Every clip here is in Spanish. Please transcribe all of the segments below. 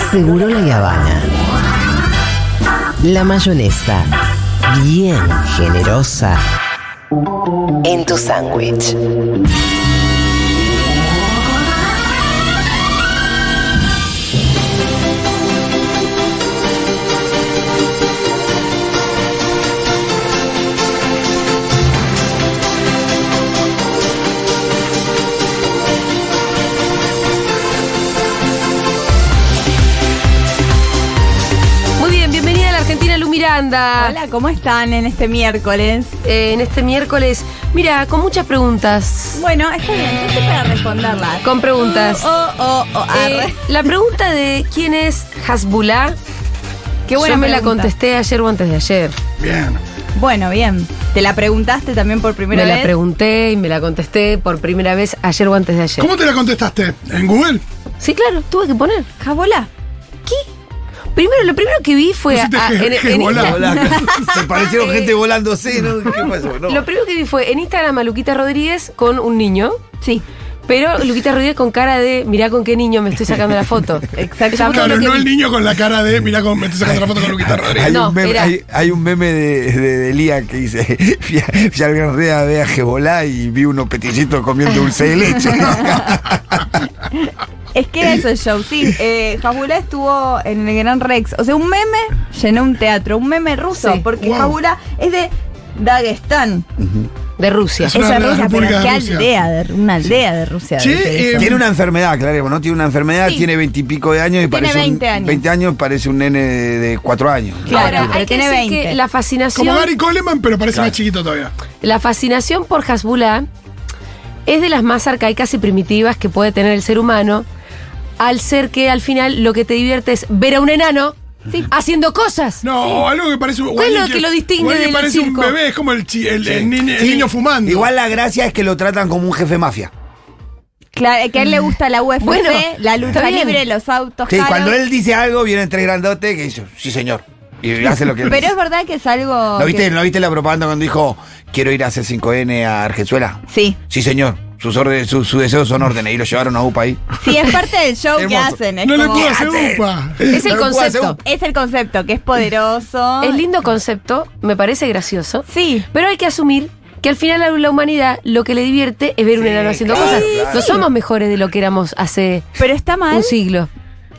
aseguró la gabana. La mayonesa, bien generosa, en tu sándwich. Muy bien, bienvenida a la Argentina, Lu Miranda. Hola, ¿cómo están en este miércoles? Eh, en este miércoles, mira, con muchas preguntas. Bueno, está bien, yo estoy para responderlas. Con preguntas. Oh, oh, oh, arre. Eh, la pregunta de quién es Hasbulá. Qué buena Yo me la pregunta. contesté ayer o antes de ayer. Bien. Bueno, bien. ¿Te la preguntaste también por primera me vez? la pregunté y me la contesté por primera vez ayer o antes de ayer. ¿Cómo te la contestaste? ¿En Google? Sí, claro, tuve que poner. Jabola. Primero, lo primero que vi fue Pusiste a- que- en- que en- volá. Hola, se parecieron Eh. gente volándose, ¿no? ¿Qué pasó? No. Lo primero que vi fue en Instagram a Luquita Rodríguez con un niño. Sí. Pero Luquita Rodríguez con cara de, mirá con qué niño me estoy sacando la foto. Exactamente. Eso fue todo Claro, lo que no vi. el niño con la cara de, mirá cómo me estoy sacando la foto con Luquita Rodríguez. Hay, No, un meme, era- hay, hay un meme de, de, de Lía que dice, fui a, fui al Gran Rea de Ajebolá y vi unos petillitos comiendo dulce de leche. Es que era eso el show, sí. Eh, Jabulá estuvo en el Gran Rex. O sea, un meme llenó un teatro, un meme ruso, Sí. porque Wow. Jabulá es de Dagestán. De Rusia. Es una Esa de las Rusia, pero repúblicas qué de Rusia. aldea, de, una aldea de Rusia. Che, debe ser eso. eh, tiene una enfermedad, claro, ¿no? Tiene una enfermedad, Sí. tiene veintipico de años Tiene y parece 20 un, años. 20 años parece un nene de, de cuatro años. Claro, Ahora, pero hay que tiene decir 20. que la fascinación, Como Gary Coleman, pero parece más chiquito todavía. la fascinación por Hasbulá es de las más arcaicas y primitivas que puede tener el ser humano, al ser que al final lo que te divierte es ver a un enano haciendo cosas. No, o algo que parece. ¿Qué o es alguien lo que lo distingue o alguien del que parece circo? un bebé, es como el, chi- el- el Sí. niño, el Sí. niño fumando. Igual la gracia es que lo tratan como un jefe mafia. Claro, que a él le gusta la UFC, Bueno, la está lucha bien. libre, los autos Sí, caros. cuando él dice algo, vienen tres grandotes que dicen, sí señor. Y hace lo que él Pero dice. es verdad que es algo... ¿No viste, que- ¿No viste la propaganda cuando dijo, quiero ir a hacer 5N a Argenzuela? Sí, Sí, señor. Sus, órdenes, sus, sus deseos son órdenes y lo llevaron a UPA ahí. sí, es parte del show que Hermoso. hacen. Es, no le como- puedo hacer upa. Es el No lo puedo hacer concepto. es el concepto, que es poderoso. Es lindo concepto, me parece gracioso, Sí. pero hay que asumir que al final a la humanidad lo que le divierte es ver un Sí, enano haciendo claro, cosas. claro. No somos mejores de lo que éramos hace Pero está mal, un siglo.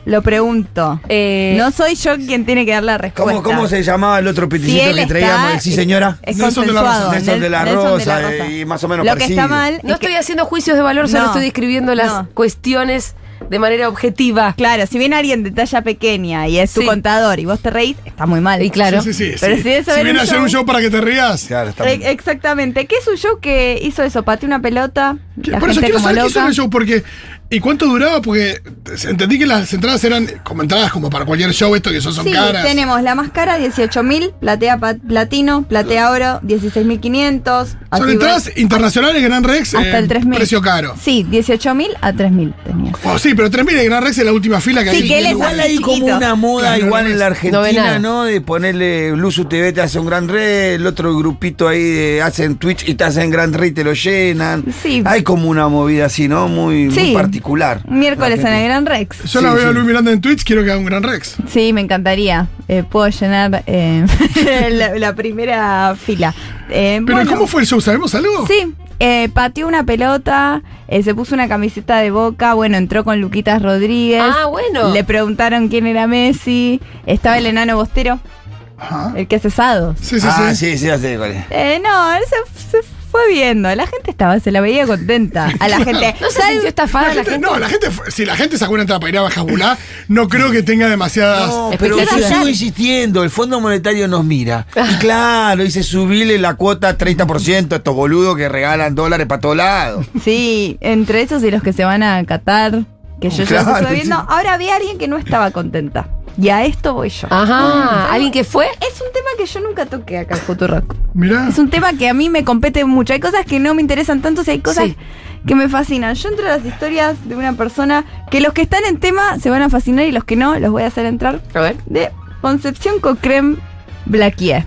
lo pregunto. Eh, No soy yo quien tiene que dar la respuesta. ¿Cómo, ¿Cómo se llamaba el otro Pues, Si peticito él que está- traíamos? El sí, señora. Es Nelson de la consensuado. Rosa. Nelson de la Nelson Rosa, eh, y más o menos Lo que parecido. está mal No es que- estoy haciendo juicios de valor, solo No, estoy describiendo las no. cuestiones de manera objetiva. Claro, si viene alguien de talla pequeña y es tu Sí. contador y vos te reís, está muy mal. Y claro. Sí, sí, sí. Pero sí. si eso si era viene un a hacer show- un show para que te rías. Claro, está E- Exactamente. ¿Qué es un show que hizo eso? ¿Pateó una pelota? Que- La Por eso gente quiero como saber qué loca. hizo el show, porque. ¿Y cuánto duraba? Porque entendí que las entradas eran como entradas como para cualquier show, esto que son, son Sí, caras. tenemos la más cara 18.000, platea pa- platino, platea oro 16.500. Son activa- entradas internacionales, Gran Rex, hasta eh, el 3.000. precio caro. Sí, 18.000 a 3.000 tenías. Oh, sí, pero 3.000 de Gran Rex es la última fila que Sí, hay. que él es Uruguay. Igual Igual hay hay como chiquito. una moda Claro, igual no en ves. la No ve nada. Argentina, ¿no? De ponerle Luz TV te hace un gran red, el otro grupito ahí de, hacen Twitch y te hacen gran red y te lo llenan. Sí. Hay como una movida así, ¿no? Muy, muy Sí. particular. Miércoles en Argentina. el Gran Rex. Yo la Sí, veo a sí. Luis Miranda en Twitch, quiero que haga un Gran Rex. Sí, me encantaría. Eh, puedo llenar eh, la, la primera fila. Eh, Pero bueno. ¿cómo fue el show? ¿Sabemos algo? Sí, eh, pateó una pelota, eh, se puso una camiseta de boca, bueno, entró con Luquitas Rodríguez. Ah, bueno. Le preguntaron quién era Messi, estaba el enano Bostero, Ajá. el que hace asados. Sí, sí, Ah, sí. sí, sí, hace cuál es. Eh, no, él se, se fue viendo, la gente estaba, se la veía contenta. A la gente, ¿No se sintió Ah, estafada la gente? No, la gente, fue- si la gente sacó una entrada para ir a Bajabulá, no creo que tenga demasiadas. No, pero Espectacular. yo sigo insistiendo, el Fondo Monetario nos mira. Y claro, dice subirle la cuota 30% a estos boludos que regalan dólares para todos lados. Sí, entre esos y los que se van a Qatar, que yo ya los Claro, estuve viendo. sí. Ahora había alguien que no estaba contenta. Y a esto voy Ah. yo. Ah. Ajá, ¿alguien que fue? Es un tema que yo nunca toqué acá en Futurock. Mirá. Es un tema que a mí me compete mucho. Hay cosas que no me interesan tanto, si hay cosas Sí. que me fascinan. Yo entro a las historias de una persona que los que están en tema se van a fascinar y los que no los voy a hacer entrar. A ver. De Concepción Cochrane Blaquier.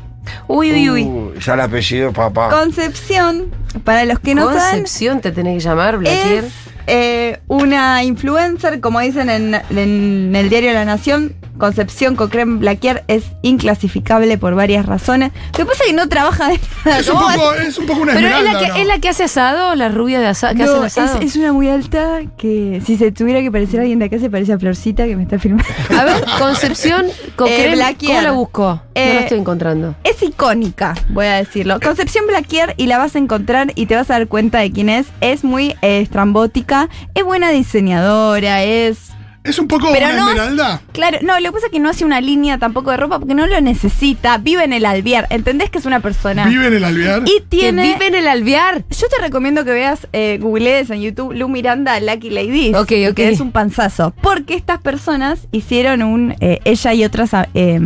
Uy, uy, uy. Uh, ya el apellido, papá. Concepción, para los que no saben, Concepción te tenés que llamar, Blaquier. es Eh, una influencer, como dicen en, en el diario La Nación, Concepción Cochrane Blaquier es inclasificable por varias razones. Lo que pasa es que no trabaja de nada. Es un ¿Cómo poco, vas- es un poco una Pero es esmeralda. la, que, ¿no? es la que hace asado, la rubia de asado, que No, hacen asado. es, es una muy alta que si se tuviera que parecer a alguien de acá se parece a Florcita que me está filmando. A ver, Concepción Cochrane, Eh, Blaquier. ¿cómo la busco? no la Eh, estoy encontrando. Es icónica, voy a decirlo. Concepción Blaquier y la vas a encontrar y te vas a dar cuenta de quién es. Es muy eh, estrambótica, es buena diseñadora, es... Es un poco Pero una no- esmeralda. Claro, no, lo que pasa es que no hace una línea tampoco de ropa porque no lo necesita. Vive en el alviar, ¿entendés que es una persona? Vive en el alvear. y Que tiene... vive en el alvear. Yo te recomiendo que veas, eh, googlees en YouTube Lu Miranda Lucky Ladies. Ok, ok. Que es un panzazo. Porque estas personas hicieron un. eh, ella y otras ah, eh,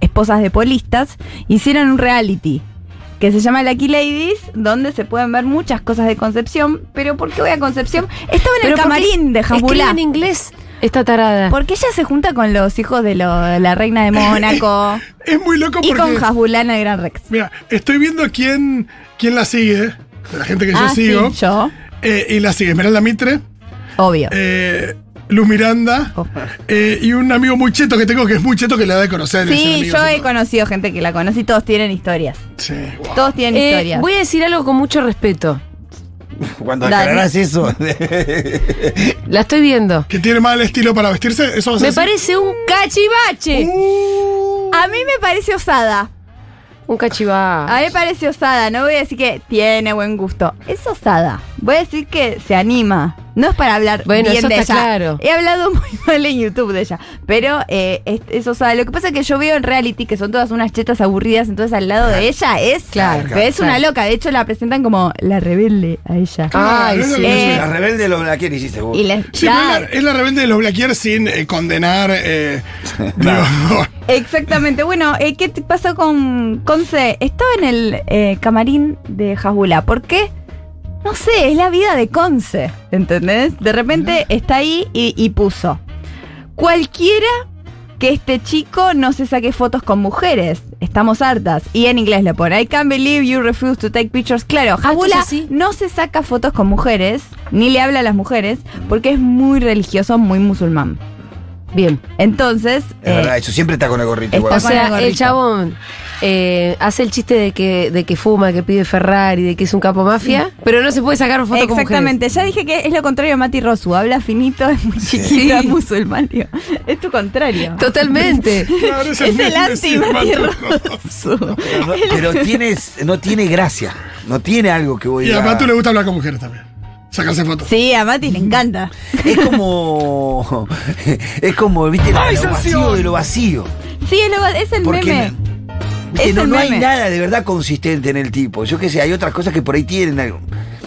esposas de polistas hicieron un reality que se llama Lucky Ladies, donde se pueden ver muchas cosas de Concepción. Pero ¿por qué voy a Concepción? Estaba en Pero el ¿por qué camarín de Escribe Jambulá. en inglés esta tarada. Porque ella se junta con los hijos de, lo- de la reina de Mónaco Es muy loco y con porque. Jambulá en el Gran Rex. Mira, estoy viendo quién, quién la sigue, de la gente que yo Ah, sí, sigo. yo, eh, y la sigue Esmeralda Mitre, obvio. eh, Luz Miranda Oh. eh, y un amigo muy cheto que tengo que es muy cheto que la da de conocer. es un Sí, amigo yo he cheto. conocido gente que la conoce y todos tienen historias. Sí, wow. Todos tienen Eh, historias. voy a decir algo con mucho respeto. Cuando Dale. aclararás Eh, eso. La estoy viendo. Que tiene mal estilo para vestirse, eso va a Me ser. parece un cachivache. A mí me parece osada. Un A cachivache. mí me parece osada. No voy a decir que tiene buen gusto. Es osada. Voy a decir que se anima. No es para hablar Bueno, bien eso de está ella. claro. He hablado muy mal en YouTube de ella. Pero eh, es, es osada. Lo que pasa es que yo veo en reality que son todas unas chetas aburridas. Entonces al lado de ella es. Claro, que Es una claro. loca. De hecho la presentan como la rebelde a ella. Ay, Ah, sí. eh, La rebelde lo la quién hiciste vos. Y les. Sí, pero es, la, es la rebelde de los Blackier sin eh, condenar. eh, digo, Exactamente. Bueno, eh, ¿qué te pasó con Conce? Estaba en el eh, camarín de Jabula. ¿Por qué? No sé, es la vida de Conce. ¿Entendés? De repente está ahí y, y puso. Cualquiera que este chico no se saque fotos con mujeres. Estamos hartas. Y en inglés le pone, I can't believe you refuse to take pictures. Claro, Jabula entonces sí. no se saca fotos con mujeres, ni le habla a las mujeres, porque es muy religioso, muy musulmán. Bien. Entonces... Es eh, verdad, eso siempre está con el gorrito. Está igual. O con el sea, el gorrito. chabón eh, hace el chiste de que, de que fuma, que pide Ferrari, de que es un capo mafia, pero no se puede sacar fotos con mujeres. Exactamente, ya dije que es lo contrario a Mati Rosu, habla finito, es muy chiquita, es musulmán, digo, es tu contrario. Totalmente. claro, Es el mismo, anti sí, Mati Mati Rosu. Pero no- Pero tienes, no tiene gracia. No tiene algo que voy Y a a. Matu le gusta hablar con mujeres también. Sacarse fotos. Sí, a Mati le encanta. Es como. Es como, viste, lo, ¡Ay, lo vacío sanción! de lo vacío. Sí, es, lo- es el Porque meme. viste, Es no, el no hay meme. nada de verdad consistente en el tipo. Yo qué sé, hay otras cosas que por ahí tienen algo.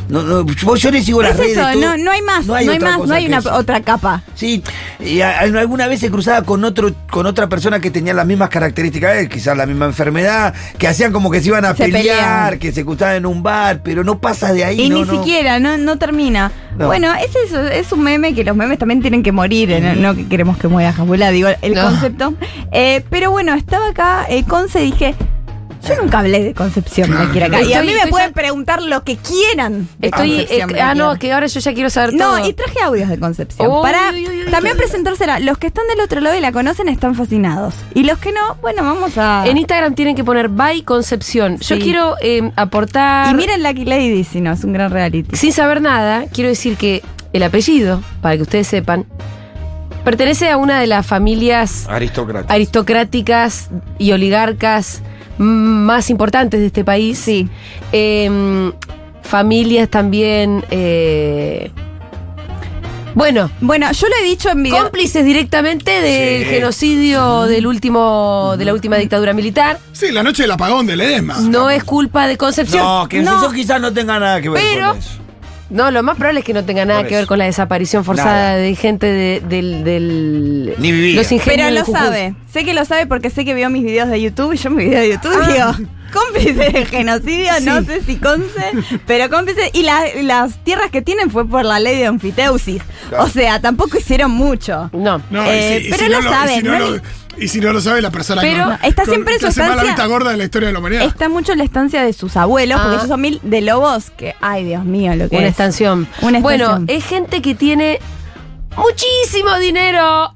No, no, yo, yo le sigo las Es redes. eso, todo. no, no hay más, no hay, otra más, no cosa hay que una eso. otra capa. Sí, y a- a- alguna vez se cruzaba con otro, con otra persona que tenía las mismas características, eh, quizás la misma enfermedad, que hacían como que se iban a Se pelear, pelean. que se cruzaban en un bar, pero no pasa de ahí. Y no, ni no. siquiera, no, no termina. No. Bueno, es eso, es un meme que los memes también tienen que morir, eh, no, no que queremos que muera Jabula, digo, el No. concepto. Eh, pero bueno, estaba acá eh, Conce y dije, yo nunca hablé de Concepción Ah, Blaquier acá. y a Estoy- mí me estoy pueden ya- preguntar lo que quieran. de Estoy. Concepción eh, ah, no, Blaquier. que ahora yo ya quiero saber todo. No, y traje audios de Concepción. Uy, para uy, uy, uy. también presentársela. Los que están del otro lado y la conocen están fascinados. Y los que no, bueno, vamos a. En Instagram tienen que poner by Concepción. Yo Sí. quiero eh, aportar. y miren Lucky Lady, si no, es un gran reality. Sin saber nada, quiero decir que el apellido, para que ustedes sepan, pertenece a una de las familias Aristócrata. aristocráticas y oligarcas mm, más importantes de este país. Sí. Eh, familias también. eh, bueno, Bueno, yo lo he dicho en video. cómplices directamente del Sí. genocidio del último, de la última dictadura militar. Sí, la noche del apagón de Ledesma. No es culpa de Concepción. No, que No. eso quizás no tenga nada que ver Pero- con eso. No, lo más probable es que no tenga nada Por que eso. ver con la desaparición forzada Nada. de gente de- del, del- Ni vivía. los ingenios Pero de lo Jujuy. Ah. sabe. Sé que lo sabe porque sé que vio mis videos de YouTube y yo mis videos de YouTube digo. cómplices de genocidio, no sé si Conce, pero cómplices. Y la- las tierras que tienen fue por la ley de Onfiteusis. O sea, tampoco hicieron mucho. No. No, Eh, y si, y pero si no lo lo saben, y si no ¿no? lo- y si no lo sabe la persona Pero con- está con- siempre en que su hace más la estancia. vista gorda de la historia de la humanidad. Está mucho en la estancia de sus abuelos, Ah. porque ellos son mil de lobos que, ay Dios mío, lo que Una es. estación. Una Bueno, estación. es gente que tiene muchísimo dinero.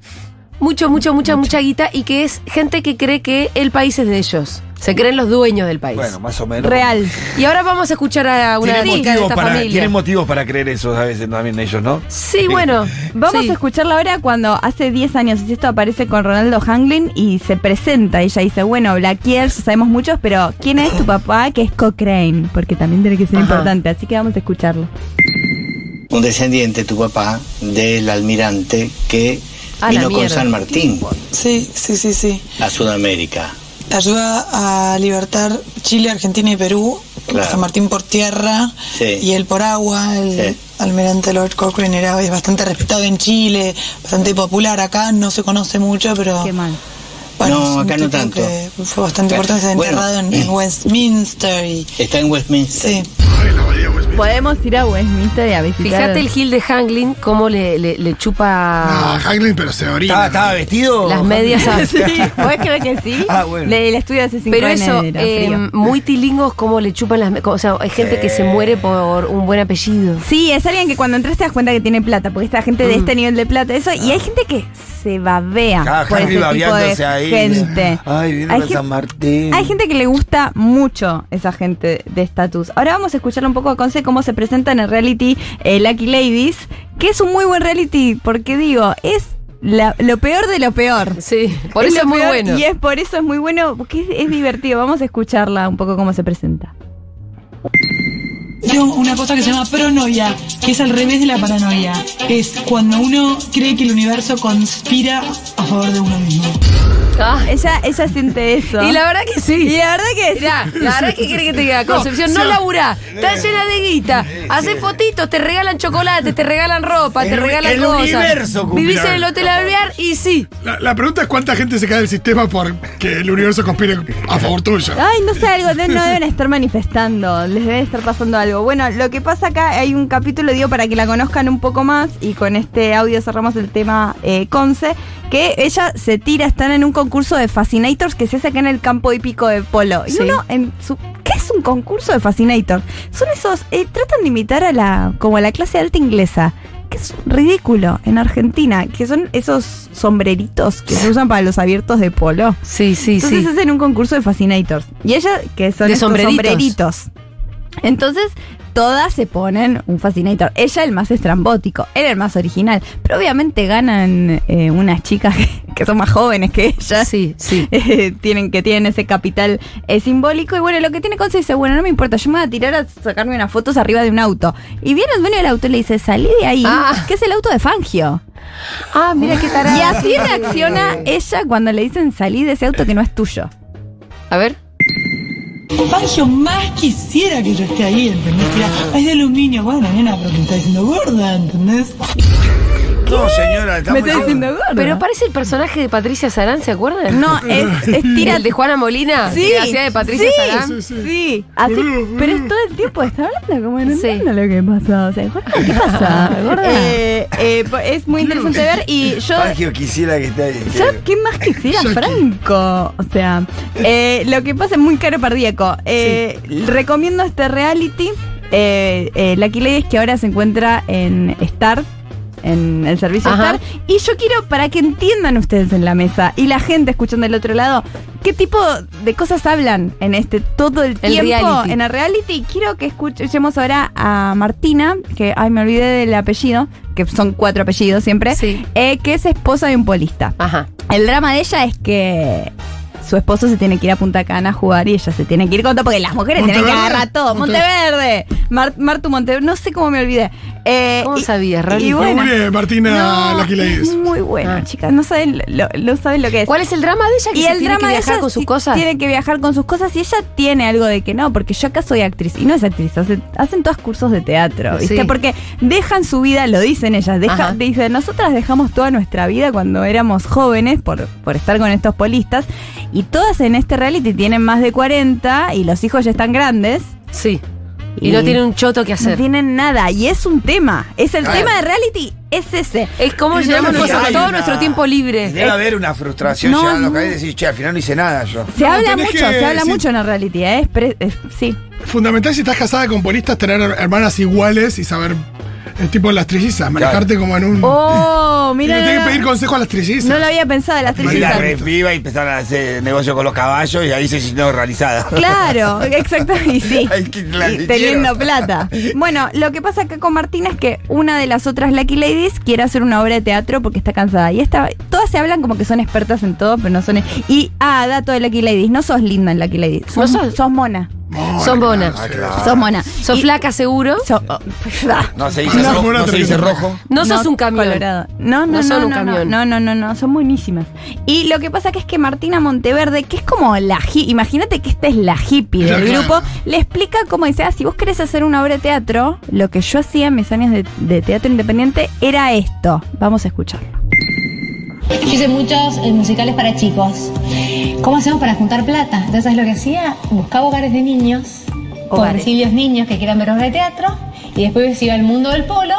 Mucho, mucho, mucha, mucha guita. Y que es gente que cree que el país es de ellos. Se creen los dueños del país. Bueno, más o menos. Real. Y ahora vamos a escuchar a una Tienen chica de motivos, esta para, familia. tienen motivos para creer eso a veces también ellos, ¿no? Sí, bueno. Vamos sí. a escucharla ahora cuando hace 10 años y esto aparece con Ronaldo Hanglin y se presenta. Ella dice, bueno, Blackier, sabemos muchos, pero ¿quién es tu papá? Que es Cochrane, porque también tiene que ser importante, así que vamos a escucharlo. un descendiente, tu papá, del almirante que A la vino con mierda. San Martín Sí, sí, sí, sí. a Sudamérica. Ayuda a libertar Chile, Argentina y Perú. Claro. San Martín por tierra Sí. y él por agua. El Sí. almirante Lord Cochrane era bastante respetado en Chile, bastante popular. Acá no se conoce mucho, pero Qué mal. bueno, No, es un acá no tipo tanto. que fue bastante Acá- importante. bueno. enterrado en, en Westminster y Está en Westminster. sí. Ay, la pues, abadía Westminster. Podemos ir a Westminster y a visitar. Fíjate el Gil de Hanglin, cómo le, le- le Ah, chupa Haglin, pero se orina. ¿Estaba, estaba vestido? las medias a. Sí, ¿Podés creer que sí? Ah, bueno. Le- el estudio hace 5 Pero años eso, era eh, frío. muy tilingos, cómo le chupan las. me- O sea, hay gente que se muere por un buen apellido. Sí, es alguien que cuando entras te das cuenta que tiene plata, porque esta gente de este nivel de plata, eso, y hay gente que se babea Ah, por Henry ese tipo babeándose de ahí. gente. Ay, viene Hay para gen- San Martín. Hay gente que le gusta mucho esa gente de estatus. Ahora vamos a escuchar un poco a Conce cómo se presenta en el reality eh, Lucky Ladies, que es un muy buen reality, porque digo, es la- lo peor de lo peor. Sí, por eso lo es muy peor bueno. Y es por eso es muy bueno, porque es, es divertido. Vamos a escucharla un poco cómo se presenta. Yo, una cosa que se llama pronoia, que es al revés de la paranoia. Es cuando uno cree que el universo conspira a favor de uno mismo. Ah, Ella, ella siente eso. Y la verdad que sí. Y la verdad que Mirá, la verdad que quiere que te diga, Concepción, no, sí. laburá, está llena de guita, haces fotitos, te regalan chocolate, te regalan ropa, te El- regalan el cosas. universo cumplirá. Vivís en el hotel alvear y sí. La, la pregunta es cuánta gente se cae del sistema porque el universo conspire a favor tuyo. Ay, no sé, algo de- no deben estar manifestando, les debe estar pasando algo. Bueno, lo que pasa acá, hay un capítulo, digo, para que la conozcan un poco más, y con este audio cerramos el tema eh, Conce, que ella se tira, están en un concurso de Fascinators que se hace acá en el campo hípico de Polo. Y Sí. uno, en su, ¿qué es un concurso de Fascinators? Son esos, eh, tratan de imitar a la, como a la clase alta inglesa. Que es ridículo en Argentina, que son esos sombreritos que se usan para los abiertos de polo. Sí, sí, Entonces hacen un concurso de Fascinators. Y ella, que son De estos sombreritos. sombreritos. Entonces, todas se ponen un Fascinator. Ella el más estrambótico, él el más original. Pero obviamente ganan eh, unas chicas que, que son más jóvenes que ella. Sí, sí. Eh, tienen que tienen ese capital eh, simbólico y bueno lo que tiene Conce dice bueno no me importa yo me voy a tirar a sacarme unas fotos arriba de un auto y viene el dueño del auto y le dice salí de ahí Ah. que es el auto de Fangio Ah, mira qué tarada. y así reacciona ella cuando le dicen salí de ese auto que no es tuyo A ver. Fangio más quisiera que yo esté ahí, ¿entendés? Mira, es de aluminio, bueno, nena, pero te está diciendo gorda, ¿entendés? No, señora, está Me muy- está diciendo gordo. Pero parece el personaje de Patricia Sarán, ¿se acuerdan? No, es, es tira El de Juana Molina, Sí, que hacía de Patricia sí. Sarán. Sí, sí. Sí, así, Boludo, boludo. pero es todo el tiempo está hablando como no Sí. entiendo lo que pasa. O sea, Jorge, ¿qué pasa? Gorda. Eh, eh, po- es muy interesante ver y yo Fangio quisiera que esté ahí. ¿Sabes qué más quisiera Jackie. Franco? O sea, eh, lo que pasa es muy caro pardíaco. Eh, Recomiendo este reality. Eh, eh, Lucky Ladies que ahora se encuentra en Star, en el servicio Ajá. Star. Y yo quiero, para que entiendan ustedes en la mesa y la gente escuchando del otro lado, qué tipo de cosas hablan en este todo el El tiempo reality. en el reality. Quiero que escuchemos ahora a Martina, que, ay, me olvidé del apellido, que son cuatro apellidos siempre, Sí. eh, que es esposa de un polista. Ajá. El drama de ella es que su esposo se tiene que ir a Punta Cana a jugar y ella se tiene que ir con todo porque las mujeres tienen que Monteverde. agarrar todo. Monteverde, Mar- Martu Monteverde, no sé cómo me olvidé. Eh, ¿Cómo y- sabías, Rally? y Muy bueno, bien, Martina no, Lucky Ladies. es muy bueno, Ah. chicas, no saben lo, lo- saben lo que es. ¿Cuál es el drama de ella que y se el tiene drama que de viajar ella con sus sí cosas? tiene que viajar con sus cosas y ella tiene algo de que no, porque yo acá soy actriz y no es actriz, hace- hacen todas cursos de teatro, ¿viste? Sí. Porque dejan su vida, lo dicen ellas, Ajá. deja, dicen, nosotras dejamos toda nuestra vida cuando éramos jóvenes por, por estar con estos polistas Y todas en este reality tienen más de 40 y los hijos ya están grandes. Sí. Y, no tiene un choto que No hacer. tienen nada. Y es un tema. Es el Claro. tema de reality, es ese. Es como Y no llevamos le nosotros hay todo una- nuestro tiempo libre. Eh, Debe haber una frustración No, llegando acá y no. decir, che, al final no hice nada yo. Se No, habla tenés mucho, que se habla decir- mucho en el reality, ¿eh? Es pre- es- sí. Fundamental si estás casada con polistas, tener hermanas iguales y saber. Es tipo las trillizas, manejarte como en un. Oh, y le mira. tenés no, que pedir no, consejo a las trillizas. no lo había pensado de las Y la Claro. tres reviva y empezaron a hacer negocio con los caballos y ahí se sintió realizada. Claro, exacto, y sí. Ay, qué claro, Y teniendo hicieron. plata. Bueno, lo que pasa acá con Martina es que una de las otras Lucky Ladies quiere hacer una obra de teatro porque está cansada. Y esta, todas se hablan como que son expertas en todo, pero no son. Y, ah, dato de Lucky Ladies, no sos linda en Lucky Ladies. Sos, No sos- sos mona. Mona, Son bonas. claro, sí. Sos mona. Sos Y- flaca seguro. so- oh, pues, ah. No se dice No, rojo. una No se dice tremenda. rojo. No sos un camión. Colorado. No, no, No no, son no, un no, camión. No, no, no, no, son buenísimas. Y lo que pasa que es que Martina Monteverde, que es como la hi- imagínate que esta es la hippie del Claro. grupo, le explica cómo dice, ah, si vos querés hacer una obra de teatro, lo que yo hacía en mis años de, de teatro independiente era esto. Vamos a escucharlo. Yo hice muchos eh, musicales para chicos. ¿Cómo hacemos para juntar plata? Entonces lo que hacía, buscaba hogares de niños, Hogares. pobrecillos niños que quieran ver obra de teatro, y después iba al mundo del polo,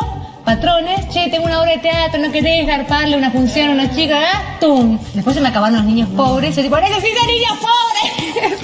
patrones, che, tengo una obra de teatro, no querés garparle una función a una chica, ¿ah? ¡Tum! Después se me acabaron los niños pobres, yo digo, ¡ahora sí son niños pobres!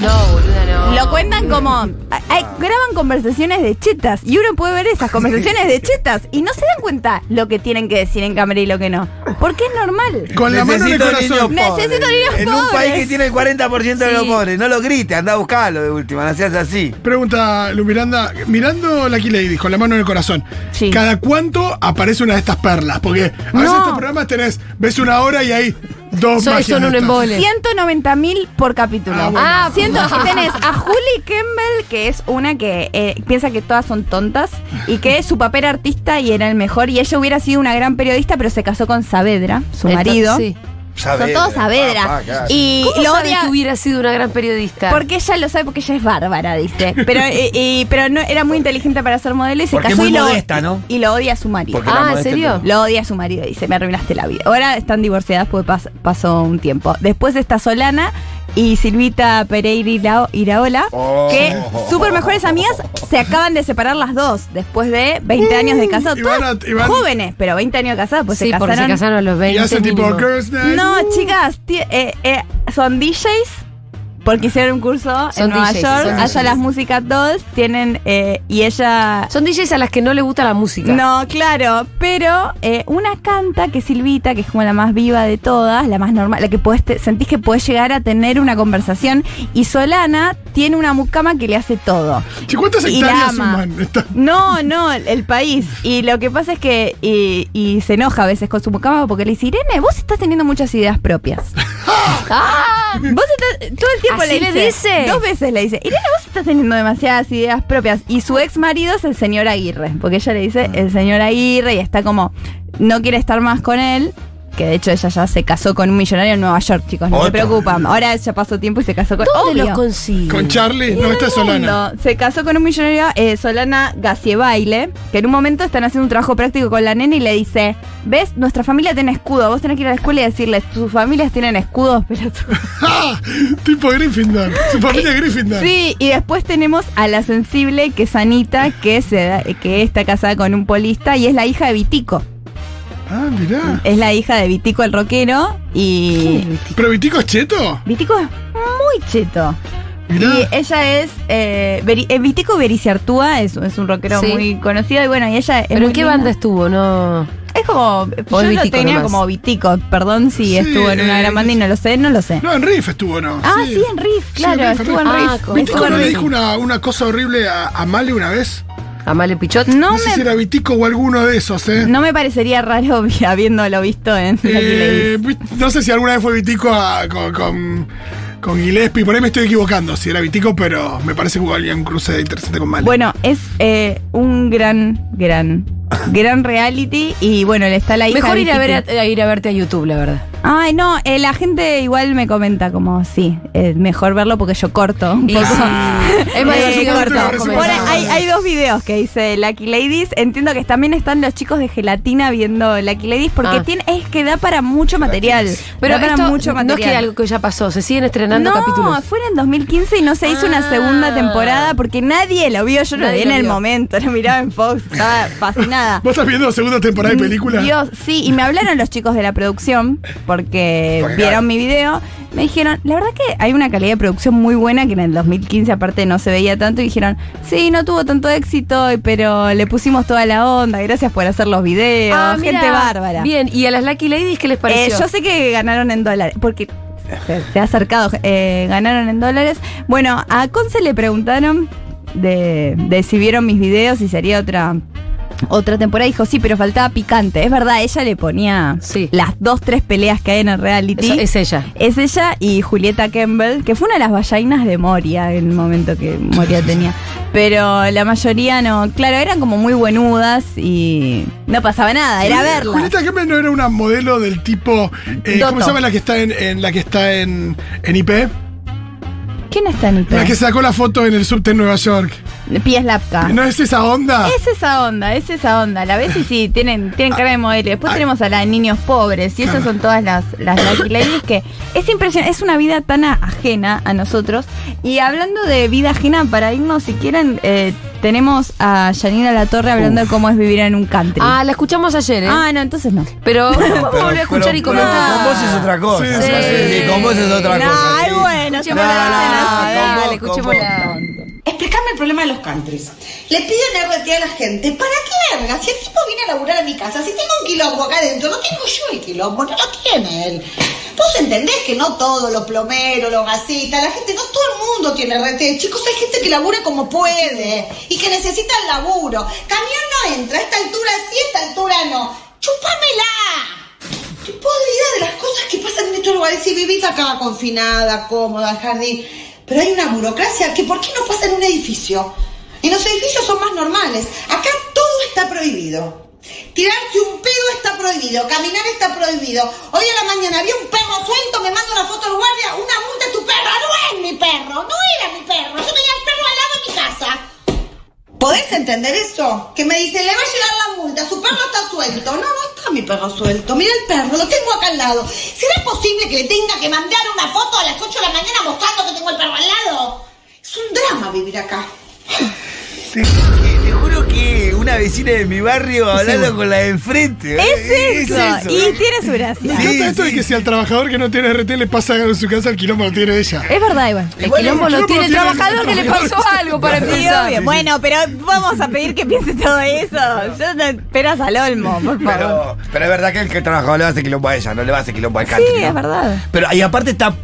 No, boluda, no. Lo cuentan como. ay, ay, graban conversaciones de chetas. Y uno puede ver esas conversaciones de chetas. Y no se dan cuenta lo que tienen que decir en cámara y lo que no. Porque es normal. Con la mano en el Necesito corazón. niños Necesito pobres. niños En un pobres. país que tiene el 40% de los pobres. No lo grites, anda a buscarlo de última, no seas así. Pregunta Lu Miranda, mirando la Key Lady con la mano en el corazón, Sí. ¿cada cuánto aparece una de estas perlas? Porque a veces No. estos programas tenés, ves una hora y hay dos Son- magias son de un estas. embole. 190 mil por capítulo. Ah, bueno. Ah, Siento bueno. que tenés a Julie Campbell, que es una que eh, piensa que todas son tontas y que su papel era artista y era el mejor. Y ella hubiera sido una gran periodista, pero se casó con Saavedra, su Esto- marido. sí. Son todos Saavedra. papá, claro. Y ¿Cómo lo sabe odia. que hubiera sido una gran periodista? Porque ella lo sabe porque ella es bárbara, dice. Pero, eh, y- pero no, era muy inteligente para ser modelo y se Porque casó muy y, lo, modesta, ¿no? y lo odia a su marido. Porque la ah, ¿en modestia serio? Lo odia su marido, dice, me arruinaste la vida. Ahora están divorciadas porque pas- pasó un tiempo. Después está Solana y Silvita Pereira Ira- Iraola, Oh. que súper mejores amigas, se acaban de separar las dos después de 20 años de casado. Y van Todas a- y van- jóvenes, pero 20 años de casado, pues sí, se porque se casaron. casaron a los 20. Y hacen tipo mínimo. Girls Night. No, chicas, ti- eh, eh, son DJs. Porque hicieron un curso Son en Nueva DJs, son York, allá DJs. las músicas todas tienen, eh, y ella Son DJs a las que no le gusta la música. no, claro, pero eh, una canta que Silvita, que es como la más viva de todas, la más normal, la que podés te- sentís que podés llegar a tener una conversación, y Solana tiene una mucama que le hace todo. Che, ¿Cuántas Y la hectáreas ama. suman? Está- No, no, el país. Y lo que pasa es que y, y se enoja a veces con su mucama porque le dice, Irene, vos estás teniendo muchas ideas propias. ¡Ah! Vos estás, todo el tiempo ¿Así le le dice, dice? Dos veces le dice, Irene, vos estás teniendo demasiadas ideas propias. Y su ex marido es el señor Aguirre, porque ella le dice el señor Aguirre y está como, no quiere estar más con él. Que de hecho ella ya se casó con un millonario en Nueva York, chicos, no se Otro. preocupan. Ahora ya pasó tiempo y se casó con ¿Dónde obvio. los consigue? Con Charlie, En no, el esta es Solana. mundo. Se casó con un millonario, eh, Solana Gaciebaile, que en un momento están haciendo un trabajo práctico con la nena y le dice, ves, nuestra familia tiene escudo, vos tenés que ir a la escuela y decirles, tus familias tienen escudos, pero tú... ¡Ah! Tipo Gryffindor. Su familia Gryffindor. Sí, y después tenemos a la sensible, que es Anita, que, se da- que está casada con un polista y es la hija de Vitico. Ah, mirá. Es la hija de Vitico el rockero y... ¿Pero Vitico Ah. es cheto? Vitico es muy cheto. Mirá. Y ella es... eh, Beri- eh, Vitico Bericiartúa es, es un rockero Sí. muy conocido y bueno, y ella es... ¿Pero muy en qué linda. banda estuvo? No. Es como... Yo lo Vitico tenía nomás. como Vitico, perdón si Sí, estuvo en una eh, gran banda y no lo sé, no lo sé. No, en Riff estuvo, ¿no? ah, sí, en Riff, Sí, claro, Riff, estuvo en Riff. Ah, Riff. con- estuvo ¿Vitico en no le Riff. dijo una, una cosa horrible a, a Male una vez? Amale Pichot. No No sé me si era Vitico o alguno de esos, ¿eh? No me parecería raro vi- habiéndolo visto en Lucky Eh, Ladies. vi- no sé si alguna vez fue Vitico a- con, con, con Gillespie, por ahí me estoy equivocando si era Vitico, pero me parece que hubo alguien un cruce interesante con Male. Bueno, es eh, un gran, gran, gran reality. Y bueno, le está la hija. Mejor de ir a, ver Vicky. a- a ir a verte a YouTube, la verdad. Ay, no, eh, la gente igual me comenta como, sí, es mejor verlo porque yo corto un Y poco. sí. Es más Eh, difícil corto, cortar, corto. comentar. Bueno, hay, hay dos videos que dice Lucky Ladies. Entiendo que también están los chicos de gelatina viendo Lucky Ladies porque Ah. tiene, es que da para mucho material. Pero da para esto mucho no es material. que algo que ya pasó, se siguen estrenando no, capítulos. fue en el 2015 y no se hizo Ah. una segunda temporada porque nadie lo vio. Yo lo Nadie vi en lo el vio. momento, lo miraba en Fox, estaba fascinada. ¿Vos estás viendo la segunda temporada de película? Mm, Dios, sí, y me hablaron los chicos de la producción porque Porque, claro. vieron mi video. Me dijeron, la verdad que hay una calidad de producción muy buena que en el 2015 aparte no se veía tanto y dijeron, sí, no tuvo tanto éxito, pero le pusimos toda la onda, gracias por hacer los videos, Ah, gente mirá. bárbara. Bien, ¿y a las Lucky Ladies qué les Eh, pareció? yo sé que ganaron en dólares, porque se, se ha acercado, eh, ganaron en dólares. Bueno, a Conce le preguntaron de, de si vieron mis videos y sería otra otra temporada. Dijo, sí, pero faltaba picante. Es verdad, ella le ponía Sí. las dos, tres peleas que hay en el reality. Eso- es ella. Es ella y Julieta Campbell, que fue una de las ballainas de Moria en el momento que Moria tenía. Pero la mayoría no. Claro, eran como muy buenudas y no pasaba nada, era verla. Julieta Kemble no era una modelo del tipo. eh, ¿Cómo Doto. se llama la que está en, en- la que está en, en IP? ¿Quién está en La que sacó la foto en el subte en Nueva York. Pies Lapka. ¿No es esa onda? Ah. Es esa onda, es esa onda. La ves y sí, tienen, tienen cara de modelo. Después Ah. tenemos a la de niños pobres y esas son todas las, las Lucky Ladies que es impresionante. Es una vida tan a- ajena a nosotros. Y hablando de vida ajena, para irnos, si quieren, eh, tenemos a Yanina La Torre hablando de cómo es vivir en un country. Ah, la escuchamos ayer, ¿eh? Ah, no, entonces no. pero vamos a volver a Pero- escuchar y pero- comentar. Con vos es otra cosa. Sí, Sí, sí, sí, sí. con vos es otra No, cosa. ay, sí. bueno, Escuchémosla, No, no, dale, no, dale, no, escuchémosla. Explicarme el problema de los countries. Le piden RT a la gente. ¿Para qué verga? Si el tipo viene a laburar a mi casa, si tengo un quilombo acá adentro, no tengo yo el quilombo, no lo tiene él. Vos entendés que no todos los plomeros, los gasistas, la gente, no todo el mundo tiene RT. Chicos, hay gente que labura como puede y que necesita el laburo. Camión no entra, a esta altura sí, a esta altura no. ¡Chupámela! Estoy podrida de las cosas que pasan en estos lugares. Si vivís acá confinada, cómoda, al jardín. Pero hay una burocracia que ¿por qué no pasa en un edificio? En los edificios son más normales. Acá todo está prohibido. Tirarse un pedo está prohibido, caminar está prohibido. Hoy a la mañana había un perro suelto, me manda una foto al guardia, una multa es tu perro, no es mi perro, no era mi perro, yo tenía el perro al lado de mi casa. ¿Podés entender eso? Que me dice, le va a llegar la multa, su perro está suelto. No, no está mi perro suelto. Mira el perro, lo tengo acá al lado. ¿Será posible que le tenga que mandar una foto a las 8 de la mañana mostrando que tengo el perro al lado? Es un drama vivir acá. Eh, Te juro que una vecina de mi barrio hablando con la de enfrente. eh, Es eso. Y tiene su Me gracia. encanta Sí, esto de sí. que si al trabajador que no tiene RT le pasa algo en su casa, el quilombo lo tiene ella. Es verdad, Iván. El quilombo lo tiene el trabajador que le pasó algo para Sí, empezar. obvio. Bueno, pero vamos a pedir que piense todo eso. Yo no esperas al Olmo, por favor. Pero, pero es verdad que el que trabajador le hace quilombo a ella, no le va a hacer quilombo al country. sí, ¿no? es verdad. Pero ahí aparte está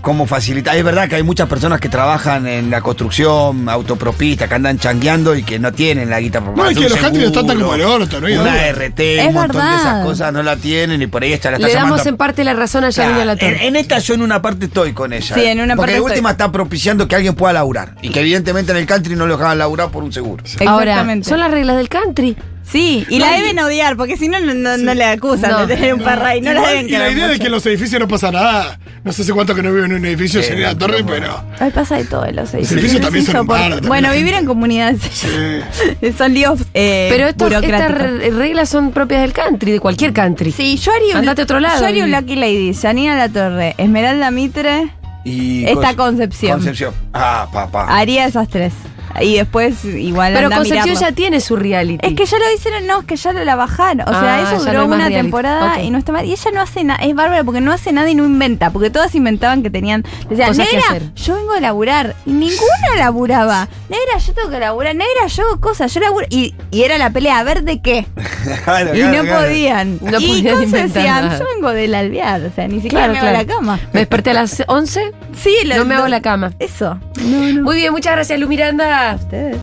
como facilitar. Es verdad que hay muchas personas que trabajan en la construcción, autopropista, que andan changueando y que no tienen la guita por No, es que los country están tan como el orto, no hay duda. Una RT, Es un montón de verdad. esas cosas no la tienen y por ahí está la está Le llamando damos en parte la razón a Yanina La en, eh, Torre. en esta yo en una parte estoy con ella. ¿eh? Sí, en una Porque parte de estoy. última está propiciando que alguien pueda laburar. Y que evidentemente en el country no lo dejaban laburar por un seguro. Ahora, eh, Exactamente. Eh, son las reglas del country. Sí, y la deben odiar, porque si no, no, no, no le acusan No. de tener un perro ahí. No la Igual, deben y la idea de que en los edificios no pasa nada. No sé hace cuánto que no vivo en un edificio, Sí, sería la torre, no. pero. Ahí pasa de todo en los edificios Es también son un insoportable. bardo, también Bueno, la vivir gente. en comunidades son líos eh, Pero esto- estas burocráticos. re- reglas son propias del country, de cualquier country. Sí, yo haría un, Andate a otro lado, eh. yo haría un Vivi. Lucky Lady, Janina La Torre, Esmeralda Mitre, Y esta cos- Concepción. Concepción. Ah, papá. Haría esas tres. Y después igual Pero andá a Concepción mirarlo. ya tiene su reality. Es que ya lo hicieron, no, es que ya lo la bajaron. O Ah, sea, eso ya no duró hay más una reality. temporada Ok. y no está mal. Y ella no hace nada, es bárbara porque no hace nada y no inventa, porque todas inventaban que tenían. Decían, Cosas que hacer. negra, yo vengo a laburar. Y ninguna laburaba. Negra, yo tengo que laburar. Negra, yo hago cosas, yo laburo. Y, y era la pelea, a ver de qué. Claro, Y claro, no claro. podían. No y podían entonces inventar decían, nada. yo vengo del alvear, o sea, ni siquiera me hago la cama. Me desperté a las 11, Sí, no me hago la cama. Eso. Muy bien, muchas gracias, Lu Miranda. Ustedes.